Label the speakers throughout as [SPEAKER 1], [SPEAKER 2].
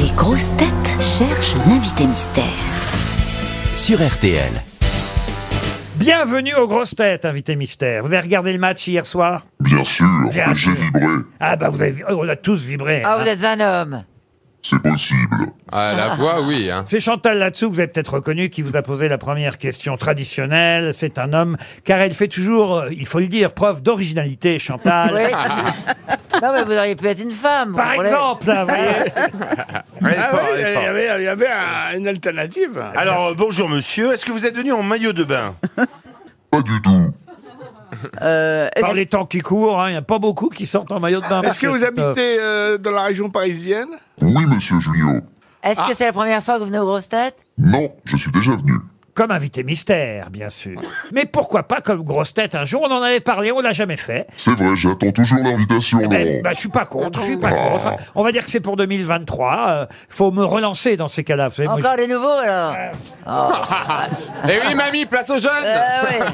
[SPEAKER 1] Les grosses têtes cherchent l'invité mystère.
[SPEAKER 2] sur RTL.
[SPEAKER 3] Bienvenue aux grosses têtes, invité mystère. Vous avez regardé le match hier soir
[SPEAKER 4] Bien sûr,
[SPEAKER 3] Bien
[SPEAKER 4] mais
[SPEAKER 3] sûr.
[SPEAKER 4] j'ai vibré.
[SPEAKER 3] Ah bah vous avez, oh, on a tous vibré.
[SPEAKER 5] Ah,
[SPEAKER 3] hein.
[SPEAKER 5] vous êtes un homme.
[SPEAKER 4] C'est possible.
[SPEAKER 6] Ah, la voix, oui. Hein.
[SPEAKER 3] C'est Chantal là-dessous que vous avez peut-être reconnu qui vous a posé la première question traditionnelle. C'est un homme, car elle fait toujours, euh, il faut le dire, preuve d'originalité, Chantal.
[SPEAKER 5] Oui. non, mais vous auriez pu être une femme. vous
[SPEAKER 3] Par
[SPEAKER 5] comprenez
[SPEAKER 3] exemple, hein, vous voyez.
[SPEAKER 7] Ah ouais, il y avait, il y avait un- une alternative.
[SPEAKER 8] Alors euh, bonjour monsieur, est-ce que vous êtes venu en maillot de bain
[SPEAKER 4] Pas du tout.
[SPEAKER 3] par les temps qui courent, hein, il n'y a pas beaucoup qui sortent en maillot de bain.
[SPEAKER 7] Est-ce que vous
[SPEAKER 3] Christophe.
[SPEAKER 7] habitez euh, dans la région parisienne
[SPEAKER 4] Oui, monsieur Junio.
[SPEAKER 5] Est-ce
[SPEAKER 3] Ah.
[SPEAKER 5] que c'est la première fois que vous venez aux grosses têtes
[SPEAKER 4] Non, je suis déjà venu.
[SPEAKER 3] Comme invité mystère, bien sûr. Mais pourquoi pas comme grosse tête un jour On en avait parlé, on l'a jamais fait.
[SPEAKER 4] C'est vrai, j'attends toujours l'invitation,
[SPEAKER 3] Eh
[SPEAKER 4] Laurent.
[SPEAKER 3] ben, je suis pas contre, je suis pas contre. On va dire que c'est pour 2023. euh, faut me relancer dans ces cas-là. Vous
[SPEAKER 9] Ah,
[SPEAKER 3] savez, moi,
[SPEAKER 9] bah,
[SPEAKER 5] Encore des nouveaux, alors
[SPEAKER 6] Eh oui, mamie, place aux jeunes
[SPEAKER 5] Euh, oui.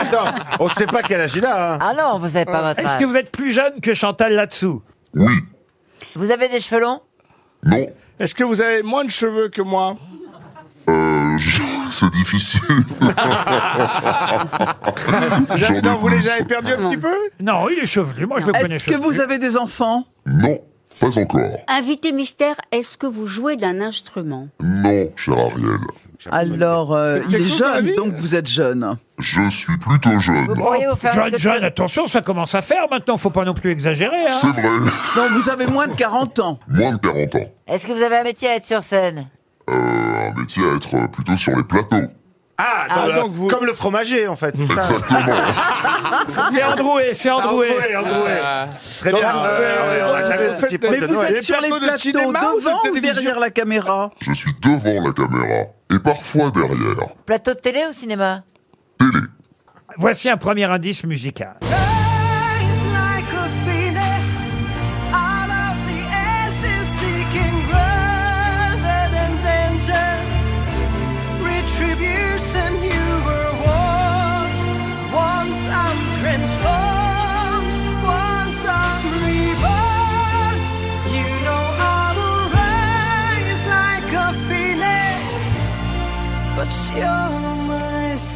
[SPEAKER 8] Attends, on ne sait pas quel âge il a. hein.
[SPEAKER 5] Ah non, vous savez pas
[SPEAKER 3] je-
[SPEAKER 5] votre
[SPEAKER 3] Euh, Est-ce que
[SPEAKER 5] âge.
[SPEAKER 3] vous êtes plus jeune que Chantal là-dessous
[SPEAKER 4] Oui.
[SPEAKER 5] Vous avez des cheveux longs
[SPEAKER 3] bah-
[SPEAKER 4] Non.
[SPEAKER 7] Est-ce que vous avez moins de cheveux que moi
[SPEAKER 4] Euh, je- c'est difficile. J'en ai
[SPEAKER 7] Non, vous les
[SPEAKER 4] plus.
[SPEAKER 7] avez perdus un petit peu
[SPEAKER 3] Non, il est chevelu. Moi, je le connais
[SPEAKER 9] Est-ce que
[SPEAKER 3] chevelu.
[SPEAKER 9] vous avez des enfants
[SPEAKER 4] Non, pas encore.
[SPEAKER 10] Invité mystère, est-ce que vous jouez d'un instrument
[SPEAKER 4] Non, cher Ariel.
[SPEAKER 9] Alors, euh,
[SPEAKER 7] C'est
[SPEAKER 9] il est
[SPEAKER 7] quelque chose dans la vie
[SPEAKER 9] jeune, donc vous êtes jeune.
[SPEAKER 4] Je suis plutôt jeune.
[SPEAKER 3] Oh,
[SPEAKER 5] Pourriez-vous faire
[SPEAKER 3] jeune,
[SPEAKER 5] quelque
[SPEAKER 3] jeune,
[SPEAKER 5] chose
[SPEAKER 3] attention, ça commence à faire maintenant. Faut pas non plus exagérer. hein.
[SPEAKER 4] C'est vrai.
[SPEAKER 9] Donc vous avez moins de 40 ans.
[SPEAKER 4] Moins de 40 ans.
[SPEAKER 5] Est-ce que vous avez un métier à être sur scène
[SPEAKER 4] Euh, un métier à être plutôt sur les plateaux.
[SPEAKER 8] Ah, dans
[SPEAKER 5] Ah,
[SPEAKER 8] le-
[SPEAKER 7] donc vous-
[SPEAKER 8] comme le fromager en fait.
[SPEAKER 4] Exactement.
[SPEAKER 7] Ah,
[SPEAKER 3] C'est Androué, c'est Androué.
[SPEAKER 8] Androué, Androué.
[SPEAKER 6] Euh,
[SPEAKER 8] Très bien. euh, on va jamais
[SPEAKER 7] euh,
[SPEAKER 8] un petit peu
[SPEAKER 9] Mais
[SPEAKER 8] de
[SPEAKER 9] vous
[SPEAKER 8] Noël.
[SPEAKER 9] êtes sur les
[SPEAKER 7] plateaux de
[SPEAKER 9] plateaux
[SPEAKER 7] cinéma ou de
[SPEAKER 9] devant ou
[SPEAKER 7] télévision
[SPEAKER 9] derrière la caméra
[SPEAKER 4] Je suis devant la caméra. Et parfois derrière.
[SPEAKER 5] Plateau de télé ou cinéma
[SPEAKER 4] Télé.
[SPEAKER 3] Voici un premier indice musical.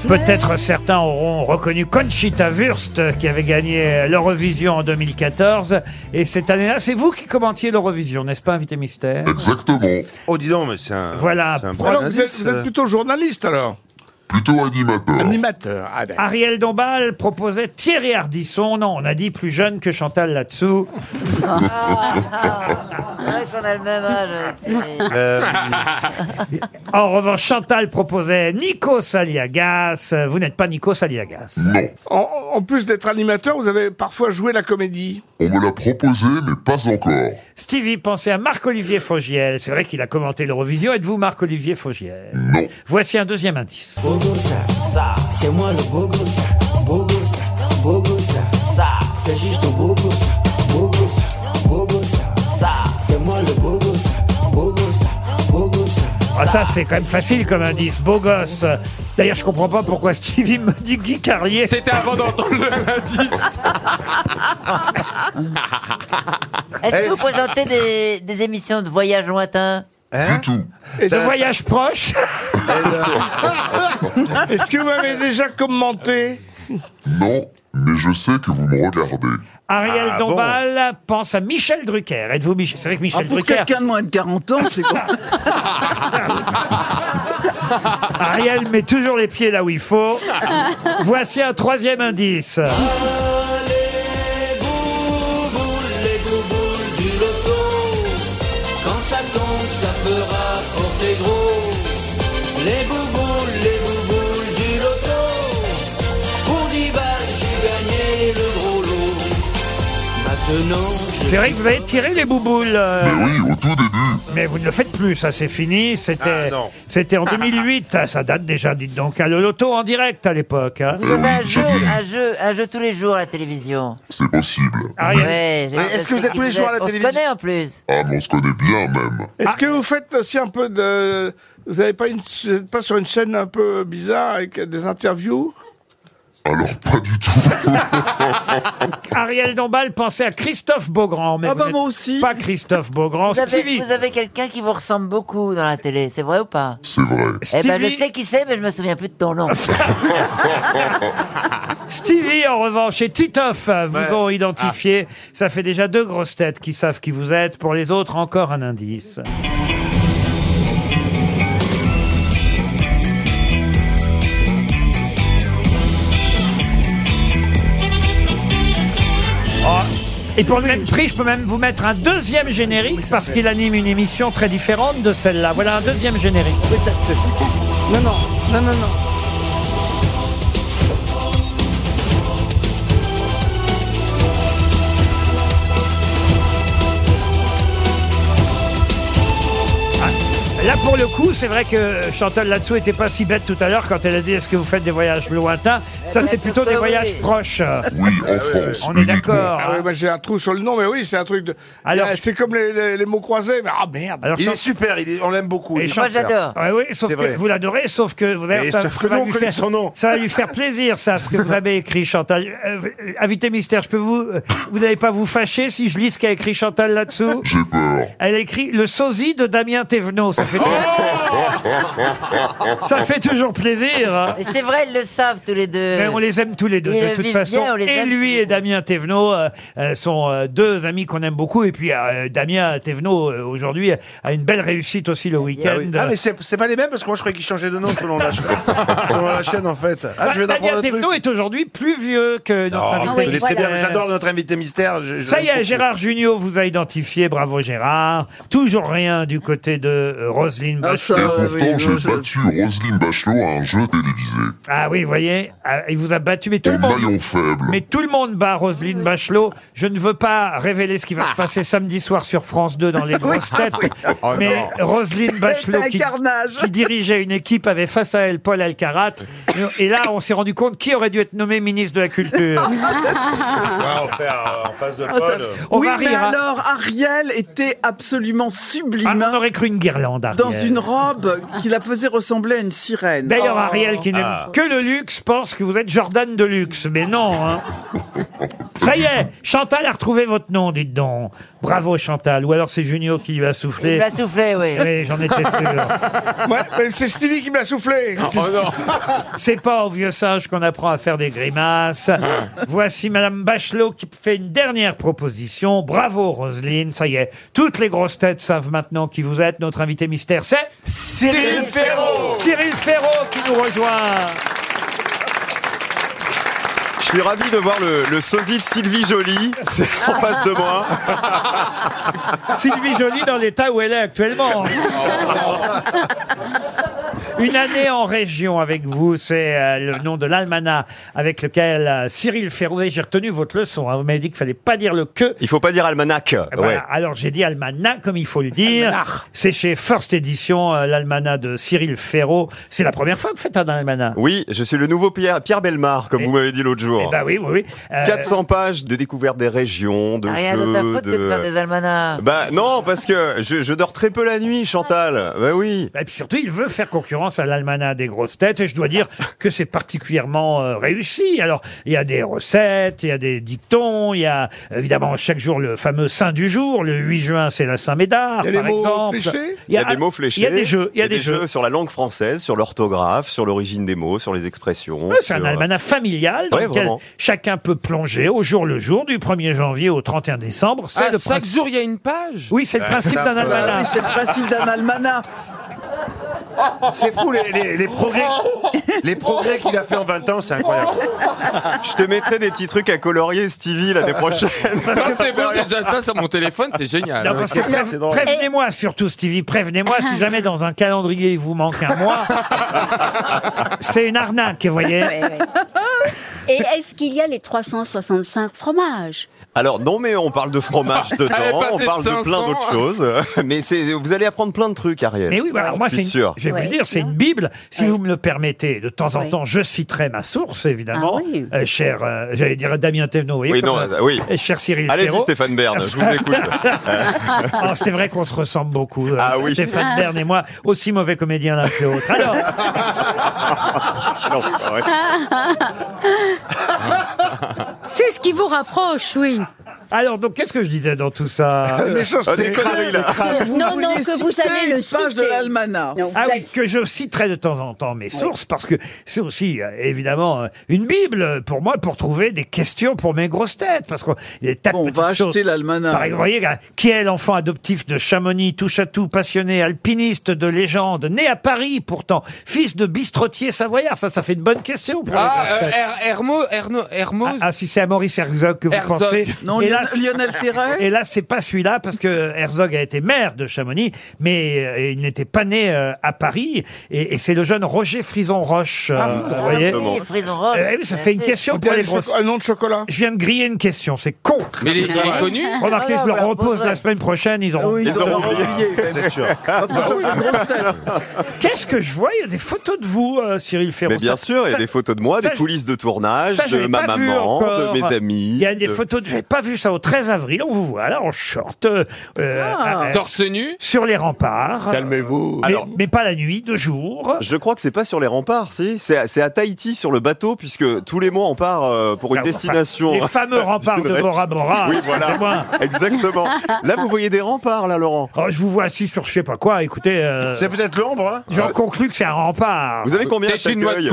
[SPEAKER 3] Peut-être certains auront reconnu Conchita Wurst qui avait gagné l'Eurovision en 2014. Et cette année-là, c'est vous qui commentiez l'Eurovision, n'est-ce pas, invité mystère
[SPEAKER 4] Exactement.
[SPEAKER 8] Oh dis donc, mais c'est un.
[SPEAKER 3] Voilà.
[SPEAKER 8] C'est un
[SPEAKER 3] Voilà,
[SPEAKER 8] bon
[SPEAKER 7] Alors, vous, êtes,
[SPEAKER 8] indice.
[SPEAKER 7] vous êtes plutôt journaliste alors
[SPEAKER 4] Plutôt animateur.
[SPEAKER 7] Animateur. Ah, d'accord.
[SPEAKER 3] Ariel Dombal proposait Thierry Ardisson. Non, on a dit plus jeune que Chantal là-dessous.
[SPEAKER 5] Ah, ouais, qu'on a le même âge. euh,
[SPEAKER 8] Euh,
[SPEAKER 3] En revanche, Chantal proposait Nico Saliagas. Vous n'êtes pas Nico Saliagas.
[SPEAKER 4] Non.
[SPEAKER 7] en, en plus d'être animateur, vous avez parfois joué la comédie.
[SPEAKER 4] On me l'a proposé, mais pas encore.
[SPEAKER 3] Stevie, pensez à Marc-Olivier Fogiel. C'est vrai qu'il a commenté l'Eurovision. Êtes-vous Marc-Olivier Fogiel
[SPEAKER 4] Non.
[SPEAKER 3] Voici un deuxième indice.
[SPEAKER 11] C'est moi le beau gosse, beau gosse, beau gosse. C'est juste un beau gosse, beau gosse, beau gosse. C'est moi le beau gosse, beau gosse, beau gosse.
[SPEAKER 3] Ah, ça, c'est quand même facile comme indice. Beau gosse. D'ailleurs, je comprends pas pourquoi Stevie me dit Guy Carlier.
[SPEAKER 6] C'était avant d'entendre
[SPEAKER 3] Ah,
[SPEAKER 6] le lundi.
[SPEAKER 5] Est-ce
[SPEAKER 8] Eh,
[SPEAKER 5] que vous présentez des, des émissions de voyage lointain
[SPEAKER 3] Hein
[SPEAKER 4] Du tout.
[SPEAKER 8] Ben.
[SPEAKER 7] Et
[SPEAKER 3] De
[SPEAKER 7] donc,
[SPEAKER 3] voyage proche
[SPEAKER 7] Est-ce que vous avez déjà commenté
[SPEAKER 4] Non. Mais je sais que vous me regardez.
[SPEAKER 3] Ariel
[SPEAKER 8] Ah,
[SPEAKER 3] Dombal pense à Michel Drucker. Êtes-vous Michel C'est vrai que
[SPEAKER 9] Ah,
[SPEAKER 3] Michel
[SPEAKER 9] Pour
[SPEAKER 3] Drucker.
[SPEAKER 9] quelqu'un de moins de 40 ans, c'est quoi
[SPEAKER 3] Ariel met toujours les pieds là où il faut. Voici un troisième indice.
[SPEAKER 11] Les bouboules, les bouboules du loto. Quand ça tombe, ça peut rapporter gros. Les bouboules, les bouboules du loto. Pour 10 balles, j'ai gagné le gros lot. Maintenant, je
[SPEAKER 3] C'est vrai que vous avez tiré les bouboules, euh,
[SPEAKER 4] Mais oui, au tout début.
[SPEAKER 3] mais vous ne le faites plus, ça c'est fini. C'était,
[SPEAKER 8] Ah, non.
[SPEAKER 3] c'était en 2008, Ah, ça date déjà, dites donc, à le loto en direct à l'époque. hein.
[SPEAKER 5] Vous avez un jeu,
[SPEAKER 4] j'ai vu.
[SPEAKER 5] un jeu, un jeu tous les jours à la télévision.
[SPEAKER 4] C'est possible.
[SPEAKER 3] Ariel,
[SPEAKER 5] Ouais, j'ai-
[SPEAKER 8] est-ce que vous êtes tous les jours à la
[SPEAKER 5] On se
[SPEAKER 8] télévision
[SPEAKER 5] connaît, en plus.
[SPEAKER 4] Ah, mais on se connaît bien même.
[SPEAKER 7] Est-ce que vous faites aussi un peu de... Vous n'êtes pas, une- vous êtes pas sur une chaîne un peu bizarre avec des interviews
[SPEAKER 4] Alors pas du tout.
[SPEAKER 3] Ariel Dombal pensait à Christophe Beaugrand. Mais ah bah moi aussi. Pas Christophe Beaugrand,
[SPEAKER 5] Vous avez,
[SPEAKER 3] Oh, Stevie.
[SPEAKER 5] vous avez quelqu'un qui vous ressemble beaucoup dans la télé, c'est vrai ou pas
[SPEAKER 4] C'est vrai.
[SPEAKER 5] Eh ben, je
[SPEAKER 3] Stevie.
[SPEAKER 5] sais qui c'est, mais je me souviens plus de ton nom.
[SPEAKER 3] Stevie, en revanche, et Titoff euh, vous ont
[SPEAKER 8] Ah.
[SPEAKER 3] identifié. Ça fait déjà deux grosses têtes qui savent qui vous êtes. Pour les autres, encore un indice. Oh, Et pour le même prix, je peux même vous mettre un deuxième générique parce qu'il anime une émission très différente de celle-là. Voilà un deuxième générique.
[SPEAKER 12] Non, non, non, non, non.
[SPEAKER 3] Hein Là, pour le coup, c'est vrai que Chantal Latsou était pas si bête tout à l'heure quand elle a dit Est-ce que vous faites des voyages lointains
[SPEAKER 12] Eh
[SPEAKER 3] Ça,
[SPEAKER 12] ben,
[SPEAKER 3] c'est plutôt des voyages proches.
[SPEAKER 7] en
[SPEAKER 3] France, Ah On est d'accord,
[SPEAKER 12] Ah
[SPEAKER 3] hein.
[SPEAKER 7] Ah
[SPEAKER 12] bah,
[SPEAKER 7] bah, j'ai un trou sur le nom, mais oui, c'est un truc de. Alors, c'est comme les, les- les mots croisés, mais ah merde.
[SPEAKER 3] Alors, Chan-
[SPEAKER 7] on l'aime beaucoup.
[SPEAKER 3] Et Chantal- Ouais, Ah oui, sauf que vous l'adorez, sauf que vous allez-
[SPEAKER 7] Et
[SPEAKER 3] ça,
[SPEAKER 7] sauf
[SPEAKER 3] ça
[SPEAKER 7] que
[SPEAKER 3] va
[SPEAKER 7] nous, on
[SPEAKER 3] lui
[SPEAKER 7] connaît
[SPEAKER 3] faire-
[SPEAKER 7] son nom.
[SPEAKER 3] ça va lui faire plaisir, ça, ce que vous avez écrit, Chantal. Euh, euh, invité mystère, je peux vous, euh, vous n'allez pas vous fâcher si je lis ce qu'a écrit Chantal là-dessous.
[SPEAKER 4] J'ai peur.
[SPEAKER 3] Elle a écrit le sosie de Damien Thévenot. Ça fait, ça fait toujours plaisir. hein.
[SPEAKER 5] Et c'est vrai, ils le savent tous les deux.
[SPEAKER 3] Mais on les aime tous les deux,
[SPEAKER 5] Ils
[SPEAKER 3] de
[SPEAKER 5] Euh, le
[SPEAKER 3] toute
[SPEAKER 5] vivent
[SPEAKER 3] façon.
[SPEAKER 5] bien, on les
[SPEAKER 3] et
[SPEAKER 5] aime.
[SPEAKER 3] lui et Damien Thévenot euh, euh, sont euh, deux amis qu'on aime beaucoup. Et puis euh, Damien Thévenot, euh, aujourd'hui, a une belle réussite aussi le week-end.
[SPEAKER 8] Ah, oui. Ah, mais c'est c'est pas les mêmes parce que moi je croyais qu'ils changeaient de nom selon la, chaîne. selon la chaîne en fait. Ah,
[SPEAKER 3] Bah,
[SPEAKER 8] je vais d'en prendre
[SPEAKER 3] Damien
[SPEAKER 8] un truc.
[SPEAKER 3] Thévenot est aujourd'hui plus vieux que notre
[SPEAKER 8] Oh,
[SPEAKER 3] invité.
[SPEAKER 8] vous connaissez
[SPEAKER 3] mystère.
[SPEAKER 8] bien, J'adore notre invité mystère. je- je-
[SPEAKER 3] Ça y est, Gérard Junior vous a identifié. Bravo Gérard. Toujours rien du côté de euh, Roselyne
[SPEAKER 8] Ah,
[SPEAKER 9] Ah,
[SPEAKER 3] Bachelot.
[SPEAKER 4] Et pourtant, j'ai battu Roselyne Bachelot à un jeu télévisé.
[SPEAKER 3] Ah oui, vous voyez, ah, il vous a battu, mais tout le monde.
[SPEAKER 4] Maillon faible.
[SPEAKER 3] Mais tout le monde bat Roselyne Bachelot. Je ne veux pas révéler ce qui va se passer samedi soir sur France 2 dans les grosses
[SPEAKER 9] Oui,
[SPEAKER 3] têtes.
[SPEAKER 9] ah oui.
[SPEAKER 3] mais
[SPEAKER 9] Oh non.
[SPEAKER 3] Roselyne Bachelot,
[SPEAKER 9] C'est un
[SPEAKER 3] qui,
[SPEAKER 9] carnage.
[SPEAKER 3] qui dirigeait une équipe, avait face à elle Paul Alcarat. Et et là, on s'est rendu compte qui aurait dû être nommé ministre de la Culture.
[SPEAKER 8] Ouais, on fait, euh, en face de Paul. euh,
[SPEAKER 3] On
[SPEAKER 9] oui,
[SPEAKER 3] va
[SPEAKER 9] mais
[SPEAKER 3] rire, hein.
[SPEAKER 9] alors, Ariel était absolument sublime.
[SPEAKER 3] on aurait cru une guirlande,
[SPEAKER 9] Ah Dans
[SPEAKER 3] Ariel.
[SPEAKER 9] une robe qui la faisait ressembler à une sirène.
[SPEAKER 3] D'ailleurs,
[SPEAKER 9] Oh.
[SPEAKER 3] Ariel, qui n'aime
[SPEAKER 11] Ah.
[SPEAKER 3] que le luxe, pense que vous êtes Jordan de luxe. Mais non, hein. Ça y est, Chantal a retrouvé votre nom, dites donc. Bravo, Chantal. Ou alors c'est Junio qui lui a soufflé.
[SPEAKER 5] Il l'a soufflé, oui.
[SPEAKER 3] Oui, j'en étais sûr.
[SPEAKER 7] Ouais, mais c'est Stevie qui me l'a soufflé.
[SPEAKER 3] C'est pas au vieux singe qu'on apprend à faire des grimaces. Voici Madame Bachelot qui fait une dernière proposition. Bravo Roselyne, ça y est. Toutes les grosses têtes savent maintenant qui vous êtes. Notre invité mystère, c'est
[SPEAKER 11] Cyril Ferraud.
[SPEAKER 3] Cyril Ferraud qui nous rejoint.
[SPEAKER 13] Je suis ravi de voir le, le sosie de Sylvie Joly en face de moi.
[SPEAKER 3] Sylvie Joly dans l'état où elle est actuellement. Une année en région avec vous, c'est euh, le nom de l'almanach avec lequel euh, Cyril Ferraud, et j'ai retenu votre leçon, hein. vous m'avez dit qu'il fallait pas dire le que.
[SPEAKER 13] Il faut pas dire almanach.
[SPEAKER 3] Eh ben,
[SPEAKER 13] ouais.
[SPEAKER 3] Alors j'ai dit almanach comme il faut le dire. C'est chez First Edition, euh, l'almanach de Cyril Ferraud. C'est la première fois que vous faites un almanach.
[SPEAKER 13] Oui, je suis le nouveau Pierre, Pierre Belmar, comme vous m'avez dit l'autre jour.
[SPEAKER 3] eh Ah, ben oui, oui, oui. Euh,
[SPEAKER 13] 400 pages de découverte des régions, de
[SPEAKER 5] Ah, Rien de ta
[SPEAKER 13] jeux,
[SPEAKER 5] faute que de faire des almanachs.
[SPEAKER 13] Bah non, parce que je, je dors très peu la nuit,
[SPEAKER 3] Ah.
[SPEAKER 13] Chantal. Bah oui.
[SPEAKER 3] Et puis surtout, il veut faire concurrence à l'almanach des grosses têtes, et je dois dire que c'est particulièrement euh, réussi. Alors, il y a des recettes, il y a des dictons, il y a évidemment chaque jour le fameux saint du jour. Le 8 juin, c'est la Saint-Médard,
[SPEAKER 13] Il y a des
[SPEAKER 3] par
[SPEAKER 13] mots
[SPEAKER 3] exemple.
[SPEAKER 13] fléchés Il y a des mots fléchés.
[SPEAKER 3] Il y a des jeux. Il y a des, jeux.
[SPEAKER 13] sur la langue française, sur l'orthographe, sur l'origine des mots, sur les expressions.
[SPEAKER 3] Ouais, Ah, C'est un
[SPEAKER 13] sur- euh,
[SPEAKER 3] almanach familial dans
[SPEAKER 13] Ouais,
[SPEAKER 3] lequel
[SPEAKER 13] vraiment.
[SPEAKER 3] chacun peut plonger au jour le jour, du 1er janvier au 31 décembre. C'est
[SPEAKER 6] Ah,
[SPEAKER 3] le
[SPEAKER 6] chaque
[SPEAKER 3] principe-
[SPEAKER 6] jour, il y a une page
[SPEAKER 3] Oui, c'est le
[SPEAKER 6] Ah,
[SPEAKER 3] principe
[SPEAKER 6] c'est un
[SPEAKER 3] d'un
[SPEAKER 6] peu-
[SPEAKER 3] almanach.
[SPEAKER 9] Oui, c'est le principe d'un almanach.
[SPEAKER 14] Ah,
[SPEAKER 8] C'est fou, les, les- les progrès, les progrès qu'il a fait en 20 ans, c'est incroyable.
[SPEAKER 13] Je te mettrai des petits trucs à colorier, Stevie, l'année prochaine.
[SPEAKER 6] Ça, c'est bon, j'ai déjà ça sur mon téléphone, c'est génial.
[SPEAKER 3] Non, parce que pré- prévenez-moi surtout, Stevie, prévenez-moi si jamais dans un calendrier il vous manque un mois. c'est une arnaque, vous voyez.
[SPEAKER 10] Ouais, ouais. Et est-ce qu'il y a les 365 fromages
[SPEAKER 13] Alors non, mais on parle de fromage
[SPEAKER 6] Elle est
[SPEAKER 13] dedans, on
[SPEAKER 6] passée de
[SPEAKER 13] parle de,
[SPEAKER 6] 500.
[SPEAKER 13] plein d'autres choses. Mais c'est, vous allez apprendre plein de trucs, Ariel.
[SPEAKER 3] Mais oui, bah, alors moi,
[SPEAKER 13] je
[SPEAKER 3] c'est
[SPEAKER 13] suis
[SPEAKER 3] une-
[SPEAKER 13] sûr.
[SPEAKER 3] je vais vous
[SPEAKER 13] Ouais.
[SPEAKER 3] le dire, c'est une Bible. Si vous me le permettez, de temps en
[SPEAKER 13] Oui.
[SPEAKER 3] temps, je citerai ma source, évidemment.
[SPEAKER 13] Ah oui.
[SPEAKER 3] Euh, cher, euh, j'allais dire Damien Thévenot, vous voyez,
[SPEAKER 13] Oui,
[SPEAKER 3] comme,
[SPEAKER 13] non,
[SPEAKER 3] euh,
[SPEAKER 13] euh, oui.
[SPEAKER 3] et cher Cyril
[SPEAKER 13] Allez-y,
[SPEAKER 3] Ferraud.
[SPEAKER 13] Stéphane Bern, je vous écoute.
[SPEAKER 3] Oh, c'est vrai qu'on se ressemble beaucoup, euh,
[SPEAKER 13] Ah oui.
[SPEAKER 3] Stéphane Bern et moi, aussi mauvais comédiens l'un que l'autre. Alors,
[SPEAKER 13] Non, ouais.
[SPEAKER 14] C'est ce qui vous rapproche, oui.
[SPEAKER 3] Alors, donc, qu'est-ce que je disais dans tout ça
[SPEAKER 7] Des
[SPEAKER 13] Oh,
[SPEAKER 7] choses- Des conneries, là.
[SPEAKER 14] Vous Non, non, vouliez que vous citer allez le une page de citer. l'almanach. Non, vous
[SPEAKER 3] Ah
[SPEAKER 14] allez-
[SPEAKER 3] oui, que je citerai de temps en temps mes sources, parce que c'est aussi, euh, évidemment, euh, une Bible euh, pour moi, pour trouver des questions pour mes grosses têtes. Parce qu'on il y a des tas de petites choses. Par exemple, vous voyez, là, qui est l'enfant adoptif de Chamonix, touche à tout, passionné, alpiniste de légende, né à Paris pourtant, fils de bistrotier savoyard Ça, ça fait de bonnes questions pour
[SPEAKER 6] Ah,
[SPEAKER 3] les grosses
[SPEAKER 6] euh,
[SPEAKER 3] têtes.
[SPEAKER 6] Her- Hermo, Herno- Hermos.
[SPEAKER 3] Ah, si c'est à Maurice Herzog que vous
[SPEAKER 6] Herzog.
[SPEAKER 3] pensez.
[SPEAKER 6] Non,
[SPEAKER 3] Et c'est-
[SPEAKER 6] Lion- Lionel Ferret.
[SPEAKER 3] Et là, c'est pas celui-là, parce que Herzog a été maire de Chamonix, mais euh, il n'était pas né euh, à Paris. Et, et c'est le jeune Roger Frison-Roche. euh,
[SPEAKER 5] Ah,
[SPEAKER 3] vous voyez
[SPEAKER 5] oui, Frison-Roche.
[SPEAKER 3] Eh oui, ça fait une
[SPEAKER 5] Merci.
[SPEAKER 3] question
[SPEAKER 5] On
[SPEAKER 3] pour
[SPEAKER 5] dirait
[SPEAKER 3] les
[SPEAKER 5] du
[SPEAKER 3] grosses.
[SPEAKER 5] choco- un
[SPEAKER 7] nom de chocolat
[SPEAKER 3] Je viens de griller une question, c'est con.
[SPEAKER 6] Mais il est- il est connu
[SPEAKER 3] Remarquez,
[SPEAKER 6] Ah,
[SPEAKER 3] je leur
[SPEAKER 6] voilà,
[SPEAKER 3] repose
[SPEAKER 6] bon,
[SPEAKER 3] la semaine prochaine, ils auront
[SPEAKER 6] Oui, ils auront oublié,
[SPEAKER 13] c'est sûr.
[SPEAKER 3] Qu'est-ce que je vois Il y a des photos de vous, euh, Cyril Ferrand.
[SPEAKER 13] Mais bien
[SPEAKER 3] Ça-
[SPEAKER 13] sûr, il y a
[SPEAKER 3] ça,
[SPEAKER 13] des photos de moi,
[SPEAKER 3] ça,
[SPEAKER 13] des
[SPEAKER 3] je-
[SPEAKER 13] coulisses de tournage,
[SPEAKER 3] ça, je
[SPEAKER 13] de
[SPEAKER 3] l'ai
[SPEAKER 13] ma
[SPEAKER 3] pas vu
[SPEAKER 13] maman,
[SPEAKER 3] encore.
[SPEAKER 13] de mes amis.
[SPEAKER 3] Il y a des
[SPEAKER 13] de-
[SPEAKER 3] photos, de... j'avais pas vu ça au 13 avril, on vous voit là en short. euh, euh, à- à-
[SPEAKER 6] Torse nu
[SPEAKER 3] Sur les remparts.
[SPEAKER 13] Calmez-vous.
[SPEAKER 3] Mais, mais pas la nuit, de jour.
[SPEAKER 13] Je crois que c'est pas sur les remparts, si. C'est à, c'est à Tahiti sur le bateau, puisque tous les mois on part euh, pour une
[SPEAKER 3] Enfin,
[SPEAKER 13] destination.
[SPEAKER 3] les fameux remparts
[SPEAKER 13] d'une
[SPEAKER 3] de
[SPEAKER 13] rêve.
[SPEAKER 3] Bora Bora,
[SPEAKER 13] Oui,
[SPEAKER 3] excusez-moi.
[SPEAKER 13] voilà. Exactement. Là, vous voyez des remparts, là, Laurent.
[SPEAKER 3] Oh, je vous vois assis sur je sais pas quoi, écoutez. euh,
[SPEAKER 13] C'est peut-être l'ombre, hein
[SPEAKER 3] J'en conclus que c'est un rempart.
[SPEAKER 13] Vous avez combien à chaque œil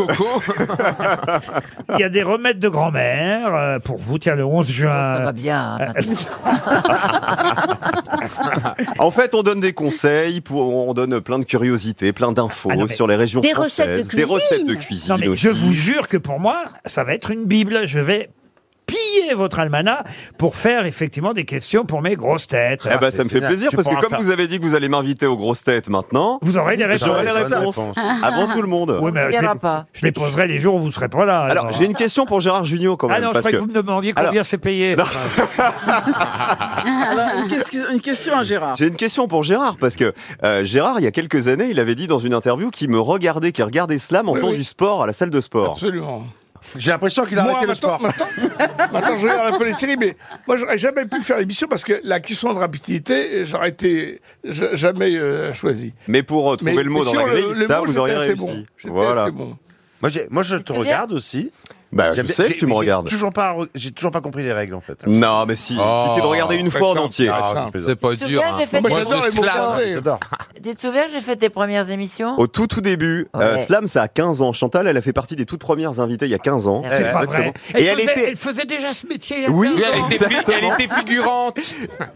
[SPEAKER 3] Il y a des remèdes de grand-mère euh, pour vous, tiens, le 11 juin.
[SPEAKER 5] Ça va bien.
[SPEAKER 3] Euh,
[SPEAKER 5] hein, maintenant.
[SPEAKER 13] En fait, on donne des conseils, pour, on donne plein de curiosités, plein d'infos sur les régions
[SPEAKER 3] Ah Des
[SPEAKER 13] françaises,
[SPEAKER 3] recettes de
[SPEAKER 13] des
[SPEAKER 3] cuisine.
[SPEAKER 13] recettes de cuisine.
[SPEAKER 3] Non, mais
[SPEAKER 13] aussi.
[SPEAKER 3] je vous jure que pour moi, ça va être une Bible. Je vais piller votre almanach pour faire effectivement des questions pour mes grosses têtes.
[SPEAKER 13] Eh ben, ça me fait plaisir parce que comme vous avez dit que vous allez m'inviter aux grosses têtes maintenant,
[SPEAKER 3] Vous aurez les réponses.
[SPEAKER 13] J'aurai les réponses avant tout le monde.
[SPEAKER 3] Oui, mais je, les, je les poserai les jours où vous serez pas là.
[SPEAKER 13] Alors, j'ai une question pour Gérard Junior quand
[SPEAKER 3] Ah
[SPEAKER 13] même.
[SPEAKER 3] non, je
[SPEAKER 13] parce
[SPEAKER 3] croyais que vous me demandiez combien
[SPEAKER 13] Alors-
[SPEAKER 3] c'est payé.
[SPEAKER 13] Non.
[SPEAKER 9] Alors, une, ques- une question à Gérard.
[SPEAKER 13] J'ai une question pour Gérard parce que euh, Gérard, il y a quelques années, il avait dit dans une interview qu'il me regardait, qu'il regardait Slam en
[SPEAKER 7] Oui,
[SPEAKER 13] faisant
[SPEAKER 7] oui.
[SPEAKER 13] du sport à la salle de sport.
[SPEAKER 7] Absolument.
[SPEAKER 8] J'ai l'impression qu'il a
[SPEAKER 7] Moi,
[SPEAKER 8] arrêté le
[SPEAKER 7] maintenant-
[SPEAKER 8] sport.
[SPEAKER 7] Maintenant, maintenant, je regarde un peu les séries, mais moi, j'aurais jamais pu faire l'émission parce que la question de rapidité, j'aurais été j- jamais euh, choisi.
[SPEAKER 13] Mais pour euh, trouver
[SPEAKER 7] Mais-
[SPEAKER 13] le mot
[SPEAKER 7] mais
[SPEAKER 13] dans
[SPEAKER 7] sur
[SPEAKER 13] la
[SPEAKER 7] le-
[SPEAKER 13] grille,
[SPEAKER 7] le
[SPEAKER 13] ça,
[SPEAKER 7] mot,
[SPEAKER 13] vous auriez
[SPEAKER 7] j'étais
[SPEAKER 13] réussi.
[SPEAKER 7] assez bon. J'étais
[SPEAKER 13] Voilà.
[SPEAKER 7] assez bon.
[SPEAKER 8] Moi, j'ai- moi, je te regarde aussi.
[SPEAKER 13] Bah, je
[SPEAKER 8] J'avais-
[SPEAKER 13] sais que
[SPEAKER 8] j'ai-
[SPEAKER 13] tu me
[SPEAKER 8] j'ai
[SPEAKER 13] regardes.
[SPEAKER 8] Toujours pas, re- j'ai toujours pas compris les règles en fait.
[SPEAKER 13] Non, mais si, il
[SPEAKER 3] Oh.
[SPEAKER 13] suffit de regarder une
[SPEAKER 8] très
[SPEAKER 13] fois en
[SPEAKER 8] simple,
[SPEAKER 13] entier.
[SPEAKER 8] très Ah, simple.
[SPEAKER 13] C'est pas
[SPEAKER 5] Tu te souviens,
[SPEAKER 6] hein.
[SPEAKER 5] j'ai fait des-
[SPEAKER 13] J'adore.
[SPEAKER 5] Tu te souviens, j'ai fait tes premières émissions
[SPEAKER 13] Au tout tout début, euh, Slam, ça a 15 ans. Chantal, elle a fait partie des toutes premières invitées il y a 15 ans.
[SPEAKER 3] C'est pas
[SPEAKER 13] Exactement.
[SPEAKER 3] vrai.
[SPEAKER 13] Et elle était
[SPEAKER 3] faisait déjà ce métier. hein, il y a
[SPEAKER 13] Oui,
[SPEAKER 3] 15 ans.
[SPEAKER 13] exactement.
[SPEAKER 6] figurante.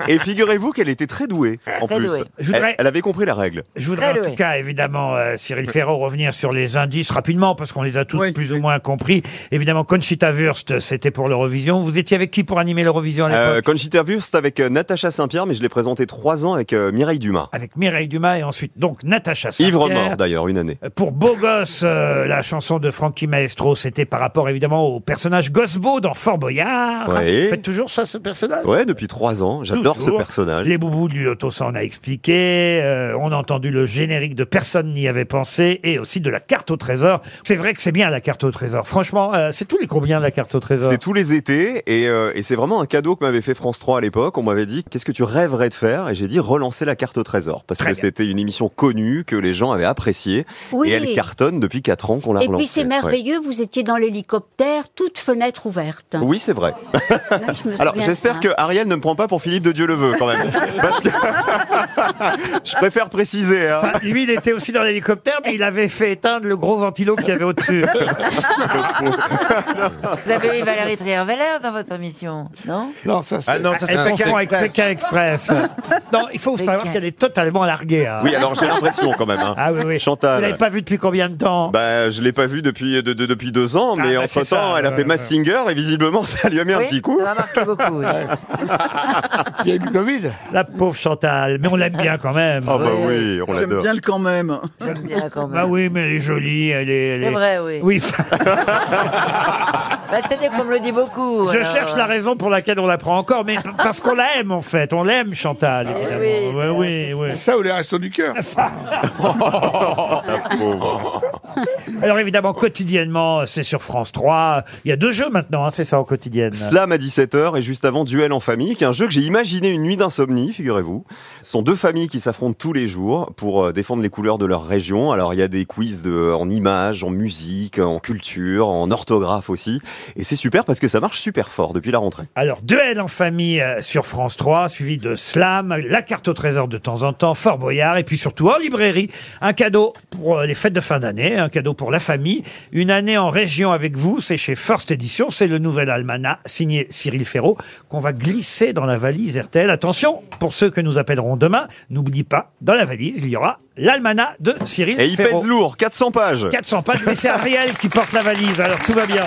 [SPEAKER 13] Et figurez-vous qu'elle était très douée, en
[SPEAKER 3] Très
[SPEAKER 13] plus.
[SPEAKER 3] douée. Je voudrais-
[SPEAKER 13] Elle, elle avait compris la règle.
[SPEAKER 3] Je voudrais
[SPEAKER 13] Très
[SPEAKER 3] en
[SPEAKER 13] doué.
[SPEAKER 3] tout cas, évidemment, euh, Cyril Ferraud, revenir sur les indices rapidement, parce qu'on les a tous plus ou moins compris. Évidemment, Conchita Wurst, c'était pour l'Eurovision. Vous étiez avec qui pour animer l'Eurovision à l'époque
[SPEAKER 13] Euh, Conchita Wurst avec euh, Natacha Saint-Pierre, mais je l'ai présentée trois ans avec euh, Mireille Dumas.
[SPEAKER 3] Avec Mireille Dumas et ensuite, donc, Natacha Saint-Pierre.
[SPEAKER 13] Ivre mort d'ailleurs, une année.
[SPEAKER 3] Pour Beau Gosse, euh, la chanson de Frankie Maestro, c'était par rapport évidemment au personnage Gosbo dans Fort Boyard.
[SPEAKER 13] Oui.
[SPEAKER 3] Vous Faites toujours ça, ce personnage
[SPEAKER 13] Ouais, depuis trois ans, j'adore ce
[SPEAKER 3] Toujours.
[SPEAKER 13] personnage.
[SPEAKER 3] Les boubous du loto, ça on a expliqué. Euh, on a entendu le générique de Personne n'y avait pensé et aussi de la carte au trésor. C'est vrai que c'est bien la carte au trésor. Franchement, euh, c'est tous les combien la carte au trésor
[SPEAKER 13] C'est tous les étés et, euh, et c'est vraiment un cadeau que m'avait fait France 3 à l'époque. On m'avait dit qu'est-ce que tu rêverais de faire et j'ai dit relancer la carte au trésor parce que c'était une émission connue que les gens avaient appréciée
[SPEAKER 10] Oui.
[SPEAKER 13] et elle cartonne depuis quatre ans qu'on l'a
[SPEAKER 10] Et
[SPEAKER 13] relancée.
[SPEAKER 10] puis c'est
[SPEAKER 13] Ouais.
[SPEAKER 10] merveilleux, vous étiez dans l'hélicoptère, toute fenêtre ouverte.
[SPEAKER 13] Oui, c'est vrai.
[SPEAKER 10] je me
[SPEAKER 13] Alors,
[SPEAKER 10] souviens de
[SPEAKER 13] j'espère
[SPEAKER 10] ça.
[SPEAKER 13] que Ariel ne me prend pas pour Philippe de Dieu le veut quand même. Parce que je préfère préciser. hein.
[SPEAKER 3] Enfin, lui, il était aussi dans l'hélicoptère, mais il avait fait éteindre le gros ventilo qu'il y avait au-dessus.
[SPEAKER 5] Vous avez eu Valérie Trier-Veller dans votre émission, non
[SPEAKER 7] Non, ça c'est.
[SPEAKER 3] Ah non, ça, c'est Pékin avec Pékin Express. non, il faut savoir
[SPEAKER 5] Pékin.
[SPEAKER 3] qu'elle est totalement larguée. hein.
[SPEAKER 13] Oui, alors j'ai l'impression quand même. hein.
[SPEAKER 3] Ah oui, oui. Vous l'avez
[SPEAKER 13] Chantal.
[SPEAKER 3] pas vu depuis combien de temps
[SPEAKER 13] Bah, je l'ai pas vue depuis de- de- depuis deux ans,
[SPEAKER 3] Ah,
[SPEAKER 13] mais
[SPEAKER 3] bah,
[SPEAKER 13] entre
[SPEAKER 3] c'est ça,
[SPEAKER 13] temps, elle a
[SPEAKER 3] ouais, Ah,
[SPEAKER 13] fait
[SPEAKER 3] ouais.
[SPEAKER 13] Massinger et visiblement ça lui a mis un petit coup.
[SPEAKER 5] Ça m'a marqué beaucoup. oui.
[SPEAKER 7] Il y a eu le Covid.
[SPEAKER 3] La pauvre Chantal. Mais on l'aime bien quand même.
[SPEAKER 13] Ah bah oui, on
[SPEAKER 9] J'aime
[SPEAKER 13] l'adore.
[SPEAKER 9] bien le quand même.
[SPEAKER 5] J'aime bien quand même.
[SPEAKER 3] Bah oui, mais elle est jolie. Elle est, elle
[SPEAKER 5] C'est
[SPEAKER 3] est-
[SPEAKER 5] vrai, oui.
[SPEAKER 3] Oui.
[SPEAKER 5] Bah, C'est-à-dire qu'on me le dit beaucoup.
[SPEAKER 3] Je
[SPEAKER 5] alors,
[SPEAKER 3] cherche la
[SPEAKER 5] euh,
[SPEAKER 3] raison pour laquelle on la prend encore, mais p- parce qu'on la aime en fait. On l'aime Chantal,
[SPEAKER 5] Eh
[SPEAKER 3] évidemment.
[SPEAKER 5] oui,
[SPEAKER 3] Ouais, oui, oui.
[SPEAKER 7] Ça ou les restos Resto du Cœur.
[SPEAKER 3] Ah, Alors évidemment, quotidiennement, c'est sur France 3. Il y a deux jeux maintenant, hein, c'est ça, en quotidienne.
[SPEAKER 13] Slam à 17h et juste avant Duel en famille, qui est un jeu que j'ai imaginé une nuit d'insomnie, figurez-vous. Ce sont deux familles qui s'affrontent tous les jours pour euh, défendre les couleurs de leur région. Alors il y a des quiz de- en images, en musique, en culture, en orthographe aussi. Et c'est super parce que ça marche super fort depuis la rentrée.
[SPEAKER 3] Alors, duel en famille euh, sur France 3, suivi de Slam, la carte au trésor de temps en temps, Fort Boyard, et puis surtout en librairie, un cadeau pour euh, les fêtes de fin d'année, un cadeau pour la famille, une année en région avec vous, c'est chez First Edition, c'est le nouvel almanach signé Cyril Ferraud qu'on va glisser dans la valise RTL. Attention, pour ceux que nous appellerons demain, n'oublie pas, dans la valise, il y aura l'almanach de Cyril
[SPEAKER 13] Et il
[SPEAKER 3] Ferraud.
[SPEAKER 13] pèse lourd, 400 pages.
[SPEAKER 3] 400 pages, mais c'est Ariel qui porte la valise, alors tout va bien.